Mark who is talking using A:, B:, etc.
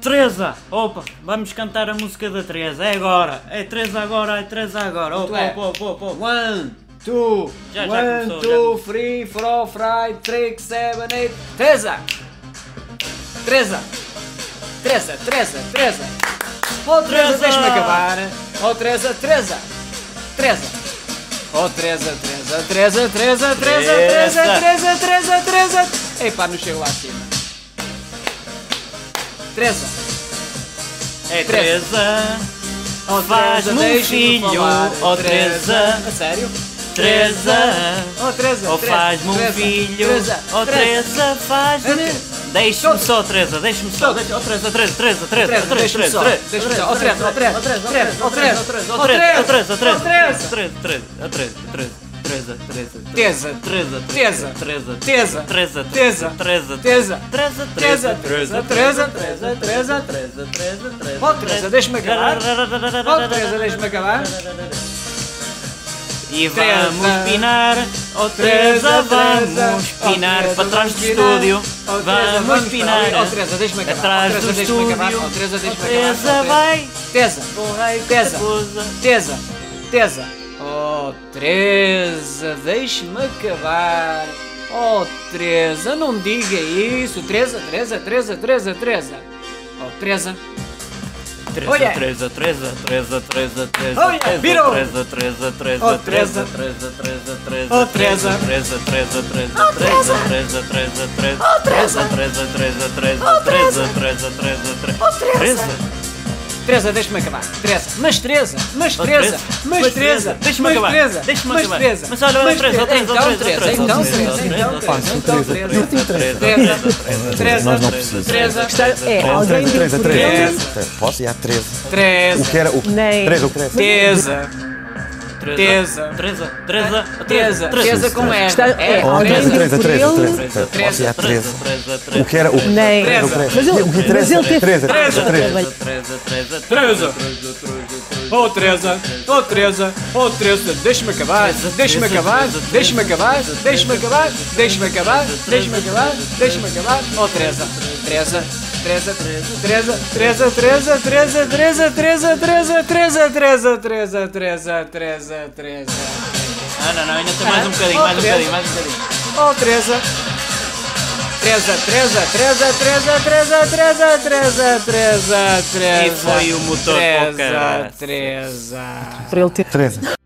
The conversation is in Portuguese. A: Teresa! Opa, vamos cantar a música da Teresa, é agora! É Teresa agora, é Teresa agora! Opa,
B: é.
A: opa, opa, opa!
B: One, two,
A: Já, já
B: one,
A: começou, já
B: two, three, four, five, six, seven, eight. Teresa! Teresa! Teresa, Teresa, Teresa! Oh Teresa,
A: Teresa!
B: deixa-me acabar! Oh Teresa, Teresa! Teresa! Oh Teresa, Teresa, Teresa, Teresa, Teresa, Teresa, Teresa, Teresa, Teresa! Epá, não chego lá acima. Teresa!
A: É
B: Teresa.
A: Teresa!
B: Oh Teresa,
A: Faz-me um
B: deixa-me
A: filho,
B: falar.
A: oh Teresa.
B: A sério?
A: Teresa!
B: Oh Teresa,
A: Oh
B: Teresa,
A: faz-me um
B: Teresa,
A: filho!
B: Teresa,
A: Oh Teresa, faz-me!
B: Teresa.
A: Deixa-me só, Teresa, deixa-me só!
B: Todos.
A: deixa- Oh Teresa, Teresa, Teresa, Teresa,
B: Teresa,
A: Teresa,
B: deixa-me só,
A: Teresa,
B: deixa-me só. Oh Teresa, oh Teresa, oh Teresa, oh Teresa,
A: Oh Teresa, oh Teresa, oh
B: oh Teresa.
A: Teresa, oh Teresa, oh Teresa, Teresa, Teresa,
B: Teresa,
A: Teresa,
B: Teresa,
A: Teresa,
B: Teresa,
A: Teresa,
B: Teresa,
A: Teresa, Teresa,
B: Teresa, Teresa,
A: Teresa,
B: Teresa,
A: Teresa,
B: Teresa,
A: Teresa, Teresa, Teresa.
B: Oh, Teresa, deixa-me acabar. Oh Teresa, deixa-me acabar.
A: E
B: Teresa.
A: vamos pinar, oh Teresa, vamos
B: oh,
A: pinar
B: Teresa,
A: para trás do
B: vamos pinar.
A: estúdio.
B: Oh, Teresa,
A: Vamos pinar,
B: Oh Teresa, deixa-me acabar.
A: atrás
B: oh,
A: do
B: Teresa, deixa-me
A: estúdio.
B: acabar. Oh Teresa,
A: Oh,
B: deixa-me acabar.
A: Teresa,
B: Oh,
A: vai,
B: Teresa,
A: correi,
B: Teresa.
A: coisa.
B: Teresa, Teresa. Oh Teresa, deixa-me acabar. Oh Teresa, não diga isso. Teresa, Teresa, Teresa, Teresa, Teresa. Oh Teresa.
A: Teresa,
B: Olha.
A: Teresa, Teresa, Teresa, Teresa, Teresa,
B: Olha,
A: Teresa,
B: virou.
A: Teresa, Teresa, Teresa,
B: Oh,
A: Teresa,
B: Teresa.
A: Teresa, Teresa,
B: Oh,
A: Teresa, Teresa,
B: Teresa.
A: Teresa, Teresa, Teresa, Teresa, Teresa, Teresa, Teresa, Teresa, Teresa,
B: Oh,
A: Teresa, Teresa, Teresa, Teresa, Teresa,
B: Teresa, deixa-me acabar. Teresa, mas Teresa, mas
A: Oh,
B: Teresa,
A: Teresa.
B: mas
A: Mas
B: Teresa,
A: Teresa, deixa-me
B: mas
A: acabar,
B: Teresa,
A: deixa-me
B: mas
A: acabar.
B: Teresa,
A: Mas olha, olha,
B: mas
A: Teresa, Teresa,
B: Então
A: Teresa,
B: Teresa,
A: Teresa,
B: então
A: Teresa,
B: Teresa,
A: Teresa,
B: então Teresa, então Teresa,
C: Teresa,
A: Teresa,
B: então Teresa,
A: Teresa,
B: Teresa,
C: Nós não precisamos.
B: Teresa,
D: É, alguém diz
C: Teresa,
D: por
C: Teresa.
D: Deus.
C: Posso? E há 13.
B: Teresa,
C: O que era o que?
D: Nem.
C: Teresa, o que era?
B: Teresa, Teresa.
A: Teresa, Teresa,
B: Teresa, Teresa com R.
D: Está-
B: É,
D: é,
C: Oh,
D: alguém
C: Teresa,
D: diz
C: Teresa,
D: por
C: Teresa,
D: ele.
C: Teresa. Posso? E há 13.
A: Teresa, Teresa,
C: O que era o que?
D: Nem.
C: Era o que
D: Mas
C: era?
D: ele-
C: O que é
D: mas
C: interessa?
D: ele teve-
C: Teresa, Teresa, Teresa.
D: Trabalho.
A: Teresa, Teresa,
B: Teresa. Oh Teresa, oh Teresa, oh Teresa, deixa-me acabar, deixa-me acabar, deixa-me acabar, deixa-me acabar, deixa-me acabar, deixa-me acabar, deixa-me acabar, oh Teresa, Teresa, Teresa, Teresa, Teresa, Teresa, Teresa, Teresa, Teresa, Teresa, Teresa, Teresa, Teresa, Teresa, Teresa, Teresa.
A: Ah, não, não, ainda tem mais um bocadinho, mais um bocadinho, mais um bocadinho.
B: Oh Teresa. Teresa, Teresa, Teresa, Teresa, Teresa, Teresa, Teresa, Teresa, Teresa.
A: E foi o motor para o
B: Teresa,
A: caraças.
B: Teresa.
D: Por ele ter.
C: Teresa.